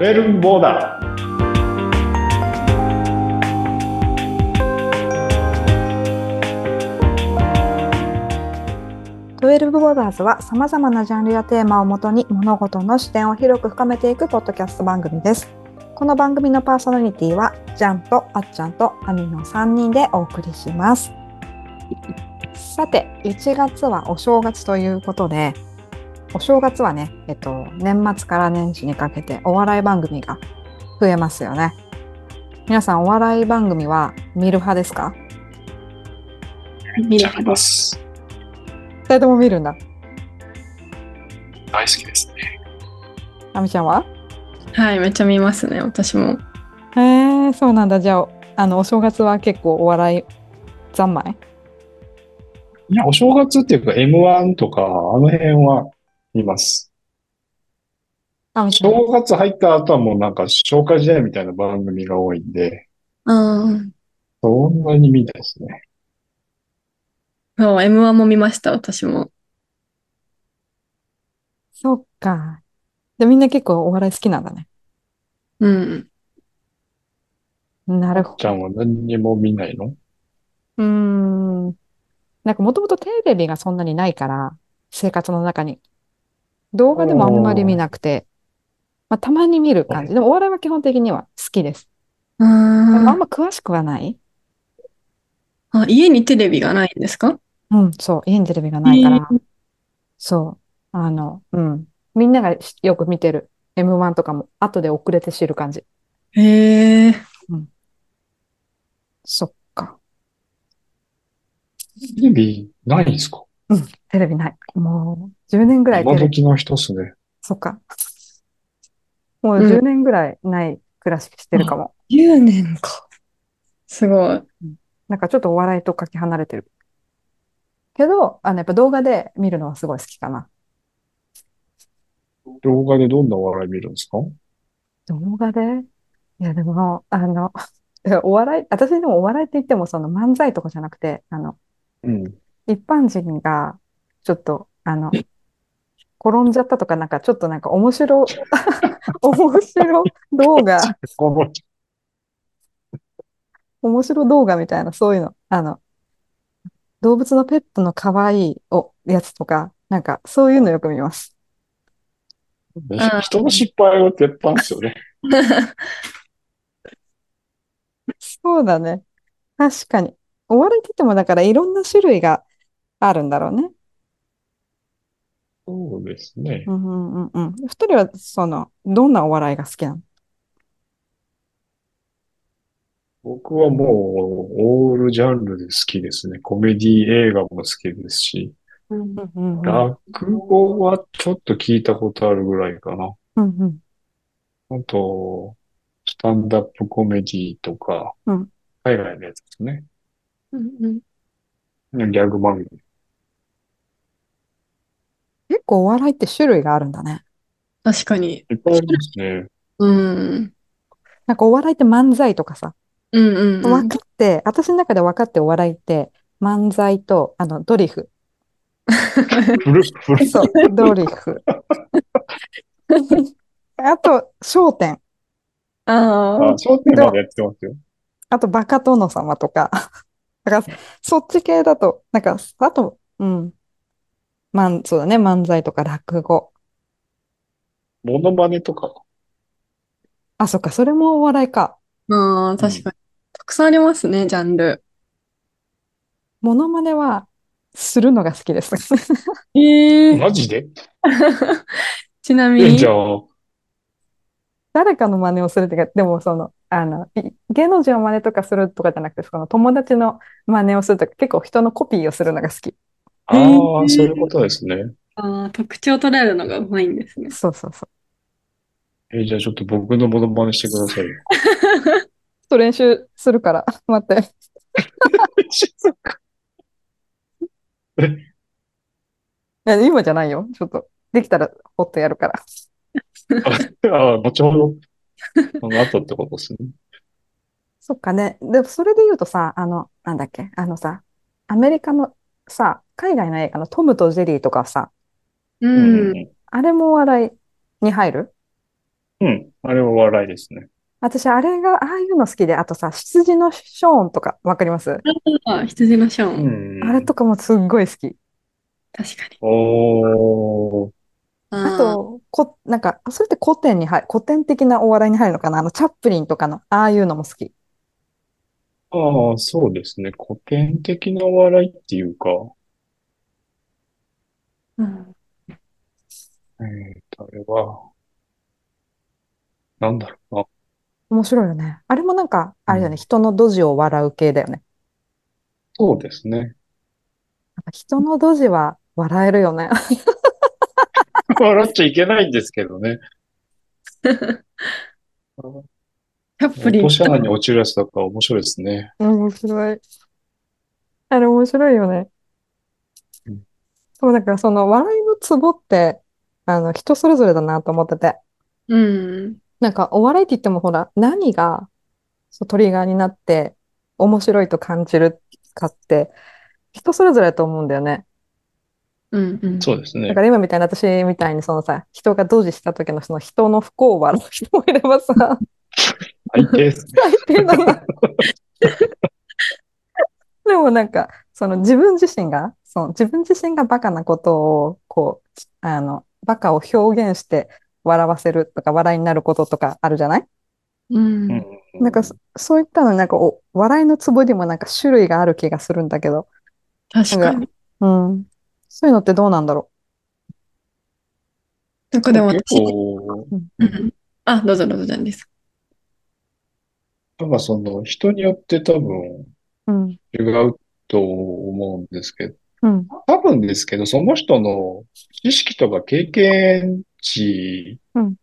ウェルボーダー。 12ボーダーズはさまざまなジャンルやテーマをもとに物事の視点を広く深めていくポッドキャスト番組です。この番組のパーソナリティはジャンとあっちゃんとアミの3人でお送りします。さて1月はお正月ということでお正月はね、えっと、年末から年始にかけてお笑い番組が増えますよね。皆さんお笑い番組は見る派ですか見れてます。す。二人とも見るんだ。大好きですね。アミちゃんははい、めっちゃ見ますね、私も。へえそうなんだじゃああのお正月は結構お笑い三昧いや、お正月っていうか M1 とか、あの辺は見ます。あみちゃん正月入った後はもうなんか消化試合みたいな番組が多いんで、うん。そんなに見ないですね。そう、M1 も見ました、私も。そっかでみんな結構お笑い好きなんだねうん。なるほちゃんは何にも見ないのどうーんなんかもともとテレビがそんなにないから生活の中に動画でもあんまり見なくて、まあ、たまに見る感じでもお笑いは基本的には好きですでもああんま詳しくはないあ、家にテレビがないんですかうん、そう、家にテレビがないから、えーそう、あの、うん、みんながしよく見てる M1 とかも、後で遅れて知る感じ。へえ。そっか、テレビないんですかテレビない。もう、10年ぐらいテ今レビ、時の人っすね。そっか。もううん10年ぐらいない暮らししてるかも。 10年か。すごい。なんかちょっとお笑いとかけ離れてる。けど、あの、やっぱ動画で見るのはすごい好きかな。動画でどんなお笑い見るんですか動画でいや、でも、あの、 お笑い、私でもお笑いって言っても、その漫才とかじゃなくて、あの、うん。一般人が、ちょっと、あの、転んじゃったとか、なんか、ちょっとなんか、面白、 面白動画、 この面白動画みたいな、そういうの、あの、動物のペットの可愛いおやつとか、なんか、そういうのよく見ます。ん人の失敗は鉄板ですよね。そうだね。確かに。お笑いって言っても、だから、いろんな種類があるんだろうね。そうですねう。んうんうんうん。二人は、その、どんなお笑いが好きなの僕はもう、オールジャンルで好きですね。コメディ映画も好きですし、うんうんうんうん。落語はちょっと聞いたことあるぐらいかな。うんうん。あと、スタンダップコメディとかうん、海外のやつですね。うんギャグ漫画。結構お笑いって種類があるんだね。確かに。いっぱいありますね。うん。なんかお笑いって漫才とかさ、うんうんうん分かって、私の中で分かってお笑いって漫才と、あの、ドリフ。古っ、古っ。そう、ドリフ。あと、笑点。 あああ、、商店までやってますよ。あと、バカ殿様とか。 だから、そっち系だと、なんか、あと、うん。まん、そうだね、漫才とか落語。モノマネとか。あ、そっか、それもお笑いか。ああ、確かに。たくさんありますね、ジャンル。モノマネは、するのが好きです。 ええ。マジでちなみえ、にじゃ。あ、誰かの真似をするっていうか、でもその、あの、い芸能人の真似とかするとかじゃなくて、その友達の真似をするとか、結構人のコピーをするのが好き。ああ、そういうことですね。ああ、特徴捉えるのがうまいんです ね。そうそうそう。え、じゃあちょっと僕のモノマネしてくださいよ。ちょっと練習するから、 待って。いや今じゃないよ。ちょっと、できたら、ほっとやるから。ああ、後ほど。その後ってことですね。そっかね。でも、それで言うとさ、あの、なんだっけ、あのさ、アメリカのさ、海外の映画のトムとジェリーとかさ、う。うんん。あれもお笑いに入るうん。あれは笑いですね。私、あれが、ああいうの好きで、あとさ、羊のショーンとか、わかりますあ、羊のショーン。うん。あれとかもすっごい好き。確かに。おー。あと、こ、なんか、それって古典に入る、古典的なお笑いに入るのかなあの、チャップリンとかの、ああいうのも好き。ああ、そうですね。古典的な笑いっていうか、あー、うんえーと、あれは、なんだろうな。面白いよね。あれもなんか、あれだようんね、人のドジを笑う系だよね。そうですね。 なんか人のドジは笑えるよね。笑っちゃいけないんですけどね。落チャップリンととし穴に落ちるやつとか面白いですね。 面白い。あれ面白いよね。うでんもなんかその笑いのツボって、あの人それぞれだなと思ってて。うん。なんかお笑いって言ってもほら、何がそうトリガーになって面白いと感じるかって、人それぞれだと思うんだよね。うん。うん。そうですねだか。ら今みたいな私みたいにそのさ、人がドジした時のその人の不幸を笑う人もいればさ、最低ですね。最低だな。でもなんか、その自分自身が、その自分自身がバカなことを、こう、あの、バカを表現して笑わせるとか、笑いになることとかあるじゃないうん。うなんかそ、そういったのになんかお、笑いのツボにもなんか種類がある気がするんだけど、確かに。うん。そういうのってどうなんだろなんかでも結私、構、う。うんうんあ、どうぞどうぞ、ジャンです。なんかその人によって多分うん。違うと思うんですけど、うん。多分ですけど、その人の知識とか経験値うん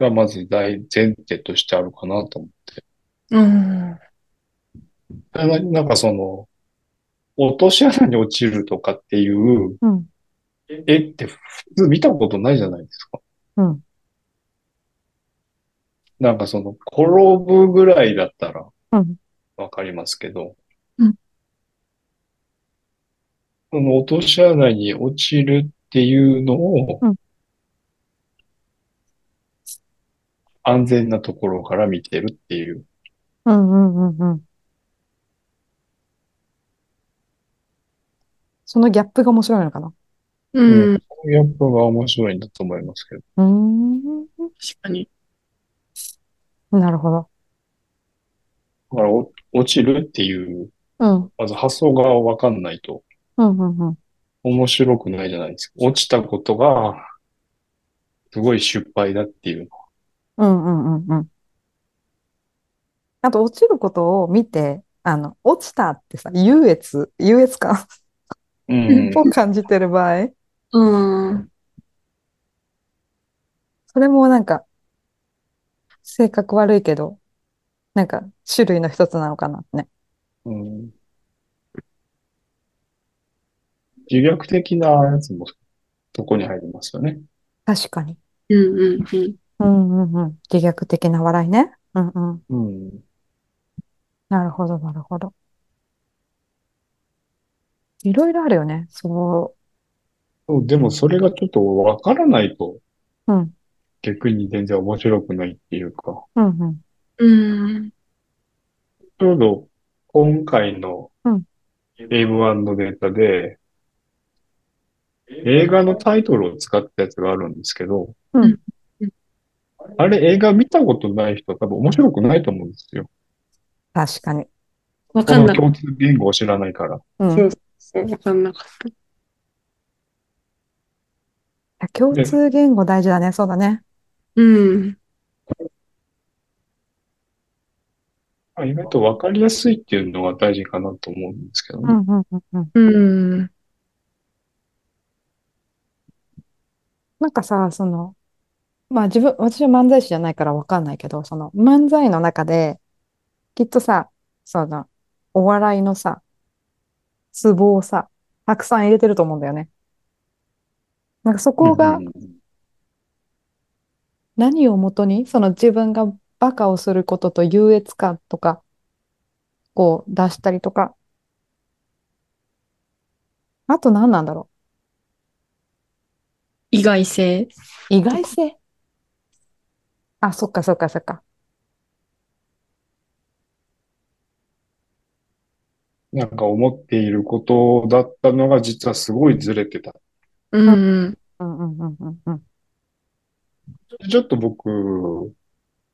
がまず大前提としてあるかなと思って。うん。あのなんかその、落とし穴に落ちるとかっていううん。絵って普通見たことないじゃないですか。うん。なんかその、転ぶぐらいだったらうん。わかりますけど、うんその落とし穴に落ちるっていうのをうん、安全なところから見てるっていう。うん。うん。うん。うんそのギャップが面白いのかなうん。うんこのギャップが面白いんだと思いますけど。うーん。確かに。なるほど。だからお落ちるっていう、うん。まず発想がわかんないとうん。うん。うん。面白くないじゃないですか。落ちたことが、すごい失敗だっていううんうんうんうん。あと、落ちることを見て、あの、落ちたってさ、優越、優越感の。うんを感じてる場合、うん。それもなんか、性格悪いけど、なんか、種類の一つなのかなってね。うん自虐的なやつも、そこに入りますよね。確かに。うんうんうん。うんうんうん。自虐的な笑いね。うんうん。うん。なるほど、なるほど。いろいろあるよね。そそうでもそれがちょっとわからないと、う。うん。逆に全然面白くないっていうか、うんうん。うん。ちょうど今回のうん M1 のデータで、映画のタイトルを使ったやつがあるんですけど、うんあれ映画見たことない人は多分面白くないと思うんですよ。確かに。わこかんのなか共っ通言語を知らないから。うた。ん。そうそう。わかんなかった。共通言語大事だね。そうだね。うん。あ意外と分かりやすいっていうのが大事かなと思うんですけどうね。んうんうんうん。うん。なんかさ、その、まあ自分、私は漫才師じゃないからわかんないけど、その漫才の中で、きっとさ、その、お笑いのさ、ツボをさ、たくさん入れてると思うんだよね。なんかそこがうん何をもとに、その自分がバカをすることと優越感とか、こう出したりとか。あと何なんだろ意外性。意外性あ、そっかそっかそっか。なんか思っていることだったのが実はすごいずれてた。うんうん。うんうんうんうんうん。ちょっと僕、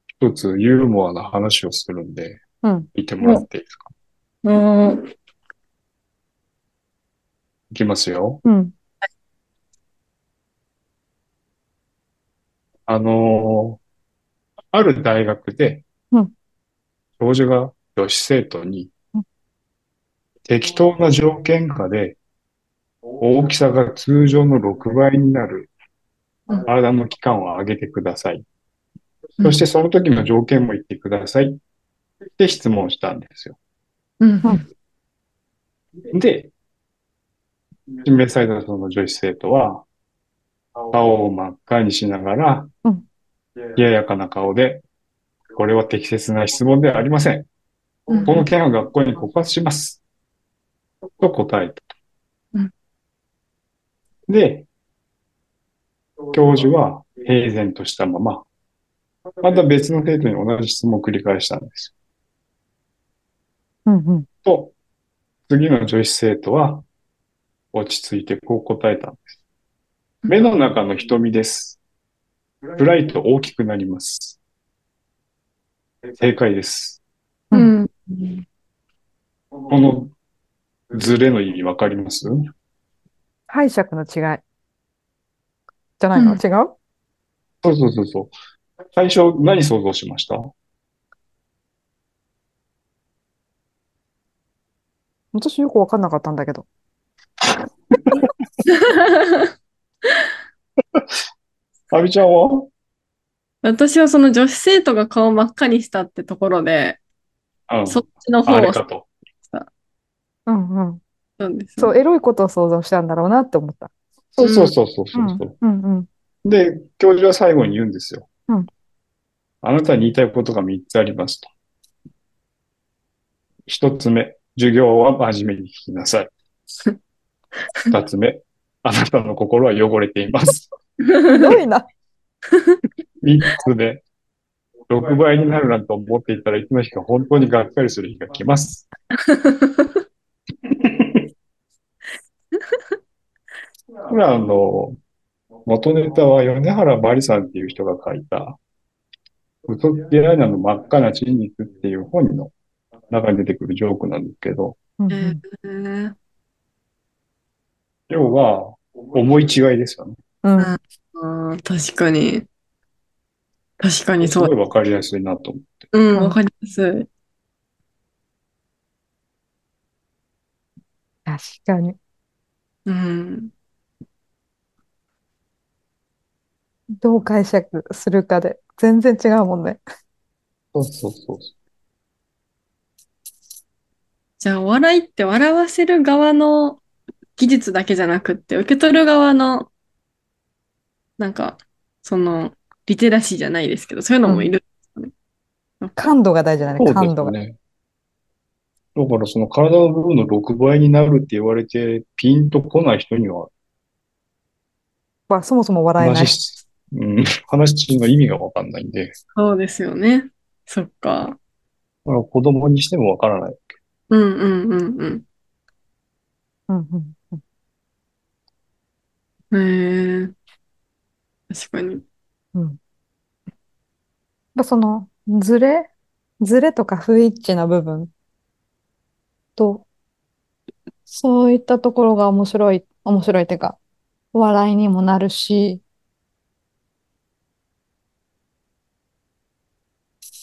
一つユーモアな話をするんで、うん聞いてもらっていいですか、おーいきますよ。うん。あのーある大学でうん、教授が女子生徒にうん、適当な条件下で、大きさが通常の6倍になるうん体の期間を上げてください。そしてその時の条件も言ってください。って質問したんですよ。うんで、示されたその女子生徒は、顔を真っ赤にしながらうん、冷やかな顔で、これは適切な質問ではありません。うんこの件は学校に告発します。と答えたうん。で、教授は平然としたまま、また別の生徒に同じ質問を繰り返したんです。うんうん。と、次の女子生徒は落ち着いてこう答えたんです。目の中の瞳です。暗いと大きくなります。正解です。うん。このズレの意味わかります解釈の違い。じゃないの、うん違うそうそうそうそう。最初何想像しました私よくわかんなかったんだけど。アビちゃんは私はその女子生徒が顔真っ赤にしたってところで、うん。そっちの方あれをかと。うんうん。たんですそよ。う、エロいことを想像したんだろうなって思った。そうそうそうそうそううんそう、うんうん。で、教授は最後に言うんですよ。うんあなたに言いたいことが3つありますと。1つ目、授業は真面目に聞きなさい。2つ目、あなたの心は汚れています。ひどいな。 3つ目、6倍になるなんて思っていたらいつの日か本当にがっかりする日が来ます。これはあの、元ネタは米原麻里さんっていう人が書いた、嘘つきライナーの真っ赤な真実っていう本の中に出てくるジョークなんですけど、うんうえんー要は思い違いですよね。うんあー確かに。確かにすそ。ごいうわかりやすいなと思う。うん、わかります。確かに。うん。どう解釈するかで、全然違うもんね。そうそうそう。じゃあ、お笑いって笑わせる側の技術だけじゃなくって、受け取る側の、なんか、その、リテラシーじゃないですけど、そういうのもいる。感度が大事だね、そう感で度すが。ね。だからその体の部分の6倍になるって言われて、ピンとこない人にはまあ、そもそも笑えない話。し、うん、話の意味がわかんないんで、そうですよね。そっか。まあ子供にしてもわからない。うんうんうんうんうん。へえ。確かに。うん。うん。まあ、その、ズレ、ズレとか不一致な部分と、そういったところが面白い、面白いっていうか、笑いにもなるし、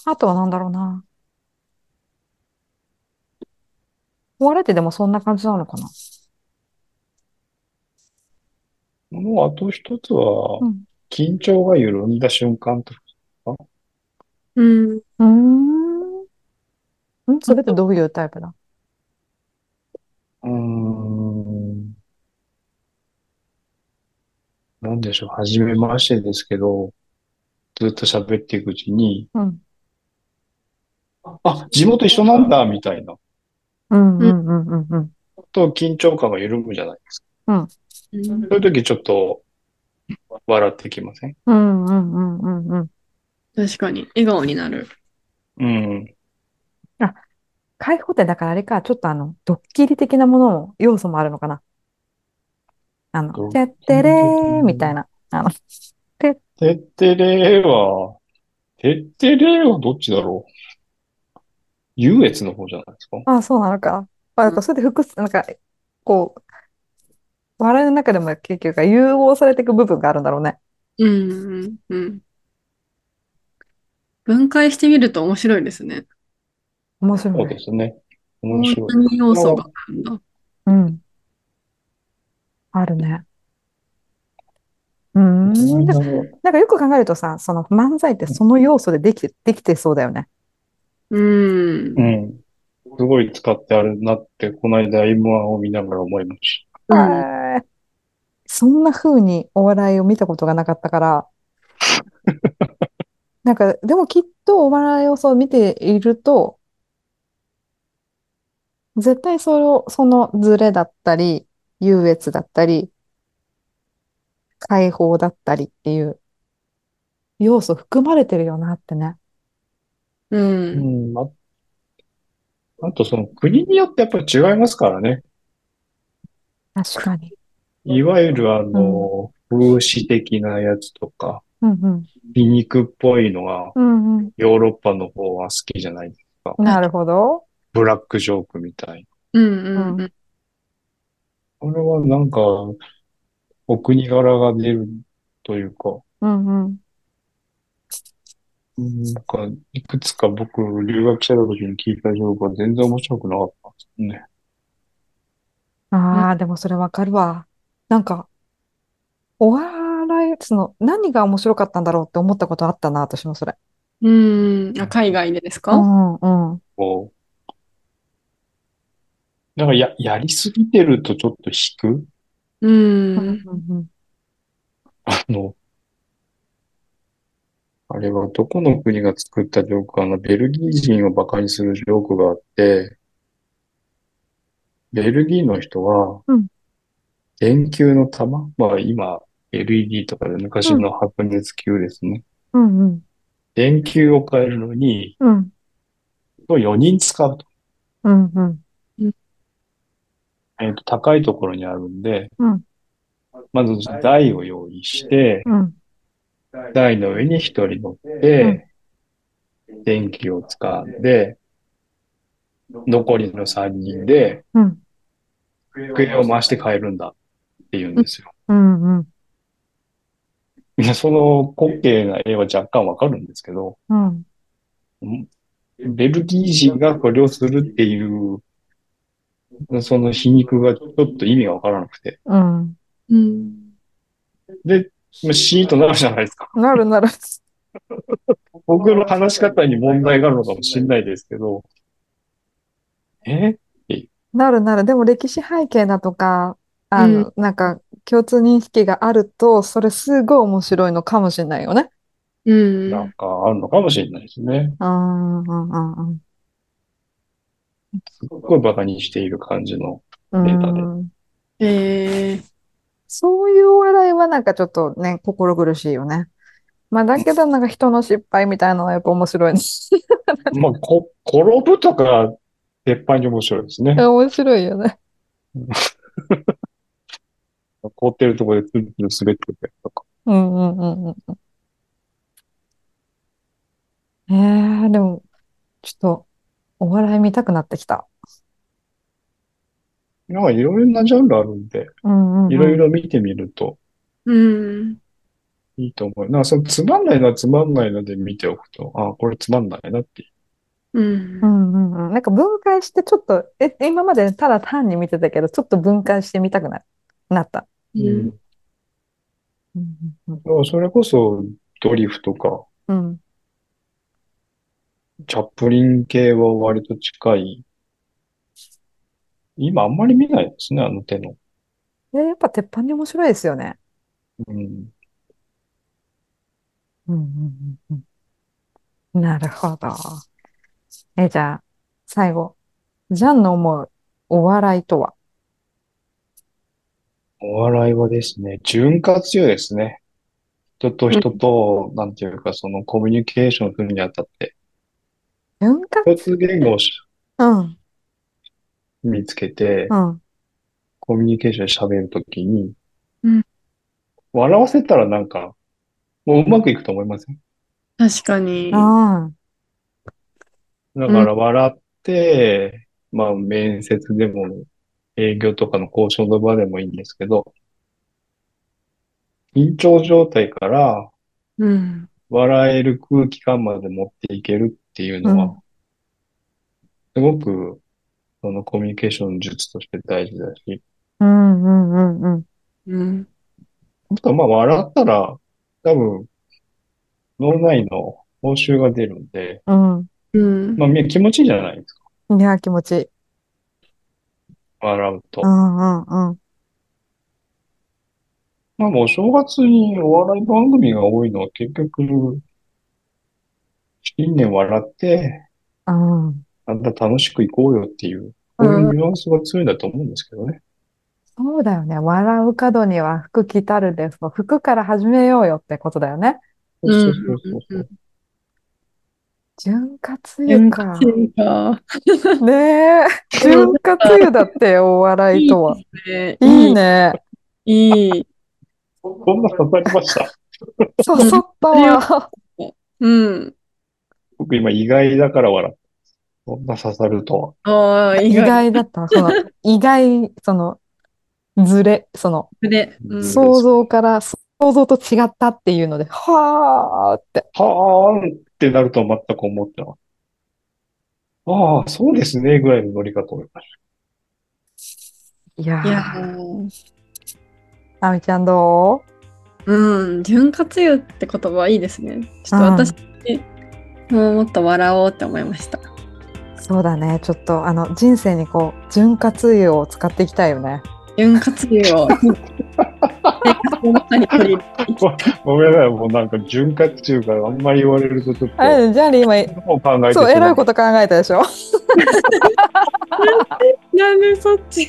あとはなんだろうな。お笑いってでもそんな感じなのかな。もうあと一つはうん、緊張が緩んだ瞬間と、うん。うーん。んそれってどういうタイプだうーん、なんでしょう、初めましてですけど、ずっと喋っていくうちに、うん。あ、地元一緒なんだ、みたいな。うんうんうんうんうん。と緊張感が緩むじゃないですか。うそうんいう時ちょっと笑ってきませんうんうんうんうんうん。確かに。笑顔になる。うん。解放ってだからあれか、ちょっとあの、ドッキリ的なものも、要素もあるのかな。あドの、ッてってれーみたいな。あの、てってれーは、てってれーはどっちだろう優越の方じゃないですかああ、そうなのか。まあ、なんかそれで複数、なんか、こう、笑いの中でも結局が融合されていく部分があるんだろうね。うんうんうん。分解してみると面白いですね。面白いそうね。ですね。こん面白い。なに要素があるんだ。うん。あるね。うーん。なんかなんかよく考えるとさ、その漫才ってその要素でできて、できてそうだよね。うんう。ん。すごい使ってあるなって、この間 M1 を見ながら思いましうんへーそんな風にお笑いを見たことがなかったから。なんか、でもきっとお笑いをそう見ていると、絶対それを、そのズレだったり、優越だったり、解放だったりっていう要素含まれてるよなってね。うた。ん。うん。ああと、その国によってやっぱり違いますからね。確かに。いわゆるあの、風刺的なやつとか、うんうん。皮肉っぽいのがうんうん。ヨーロッパの方は好きじゃない。なるほど。ブラックジョークみたい。うんうんうん。これはなんか、お国柄が出るというか、うんうん。なんか、いくつか僕、留学してた時に聞いたジョークは全然面白くなかったんですね。ああ、でもそれわかるわ。なんか、お笑い、その、何が面白かったんだろうって思ったことあったな、私もそれ。うん。あ、海外でですうかんうん。こう。なんか、や、やりすぎてるとちょっと引くううんうんん。うん。あの、あれはどこの国が作ったジョークかなベルギー人をバカにするジョークがあって、ベルギーの人はうん、電球の玉、まあ今、LED とかで昔の白熱球ですね。うんうん。電球を変えるのに、うん4人使うと。うんうん。えっと、高いところにあるんでうん、まず台を用意して、うん台の上に一人乗っうんて、電気を掴んで、残りの三人で、うん机を回して帰るんだって言うんですよ。うんうんいやその滑稽な絵は若干わかるんですけど、うん。んベルギー人がこれをするっていう、その皮肉がちょっと意味がわからなくて。うん。うん。で、まあシーンとなるじゃないですか。なるなる。僕の話し方に問題があるのかもしれないですけど、えなるなる。でも歴史背景だとか、あの、なんか共通認識があると、それすごい面白いのかもしれないよね。うん。なんかあるのかもしれないですね。うんうんうんうん。すっごいバカにしている感じの。データでうん。ええ。そういうお笑いはなんかちょっとね、心苦しいよね。まあだけどなんか人の失敗みたいなのはやっぱ面白い ね。まあ、こ、転ぶとか、鉄板に面白いですね。面白いよね。凍ってるところでツルツル滑ってたりとか。うんうんうんうんうん。えー、でも、ちょっと、お笑い見たくなってきた。なんかいろいろなジャンルあるんで、うんうんいろいろ見てみるとうん。いいと思う。なんかそのつまんないな、つまんないなで見ておくと、あ、これつまんないなって。うんう。んうんうん。なんか分解してちょっと、え、今までただ単に見てたけど、ちょっと分解してみたくな、なった。うん。うんうんだからそれこそ、ドリフとか、うん。うんチャップリン系は割と近い。今あんまり見ないですね、あの手の。えやっぱ鉄板に面白いですよね。うん。うんうんうんうん。なるほど。え、じゃあ、最後。ジャンの思うお笑いとはお笑いはですね、潤滑油ですね。人と人と、なんていうか、そのコミュニケーションするにあたって、文化共通言語をしうん、見つけてう、ん。コミュニケーション喋るときにうん、笑わせたらなんか、もううまくいくと思いません確かに。あだから笑って、まあ面接でも、営業とかの交渉の場でもいいんですけど、緊張状態からうん。笑える空気感まで持っていけるっていうのうんは、すごく、そのコミュニケーション術として大事だし、あ、うん、うん、うん、うん。うん。あとまあ笑ったら、多分、脳内の報酬が出るんで、ううん。。まあみんな気持ちいいじゃないですか。ん。いや、気持ちいい。笑うとう。ん、うん、うん。まあ、お正月にお笑い番組が多いのは結局、新年笑って、うん。なんだ楽しく行こうよっていう、こういうニュアンスが強いんだと思うんですけどね。そうだよね。笑う角には福来たるです。服から始めようよってことだよね。そうそうそうそううん潤滑油か。うんか。ねえ。 潤滑油だってよ、お笑いとは。ねいい。ね。いい。こんな刺さりました。刺さったわ。うん。僕今意外だから笑った。こんな刺さるとは。ああ、意意外外だったわ。その、意外、その、ずれ、その、で。うんずれ想像から、想像と違ったっていうので、はーって。はーんってなるとは全く思ってなかった。ああ、そうですね、ぐらいのノリかと思いましいやいやー、ーあみちゃんどううん。潤滑油って言葉はいいですね。ちょっと私、もうもっと笑おうって思いました。そうだね。ちょっと、あの、人生にこう、潤滑油を使っていきたいよね。潤滑油 を。生活の中に取り入れていきたいた。ごめんなさい、もうなんか潤滑中からあんまり言われるとちょっあれ、ジャーリー今、と、もう考えてそう、しエまロいこと考えたでしょなんでそっち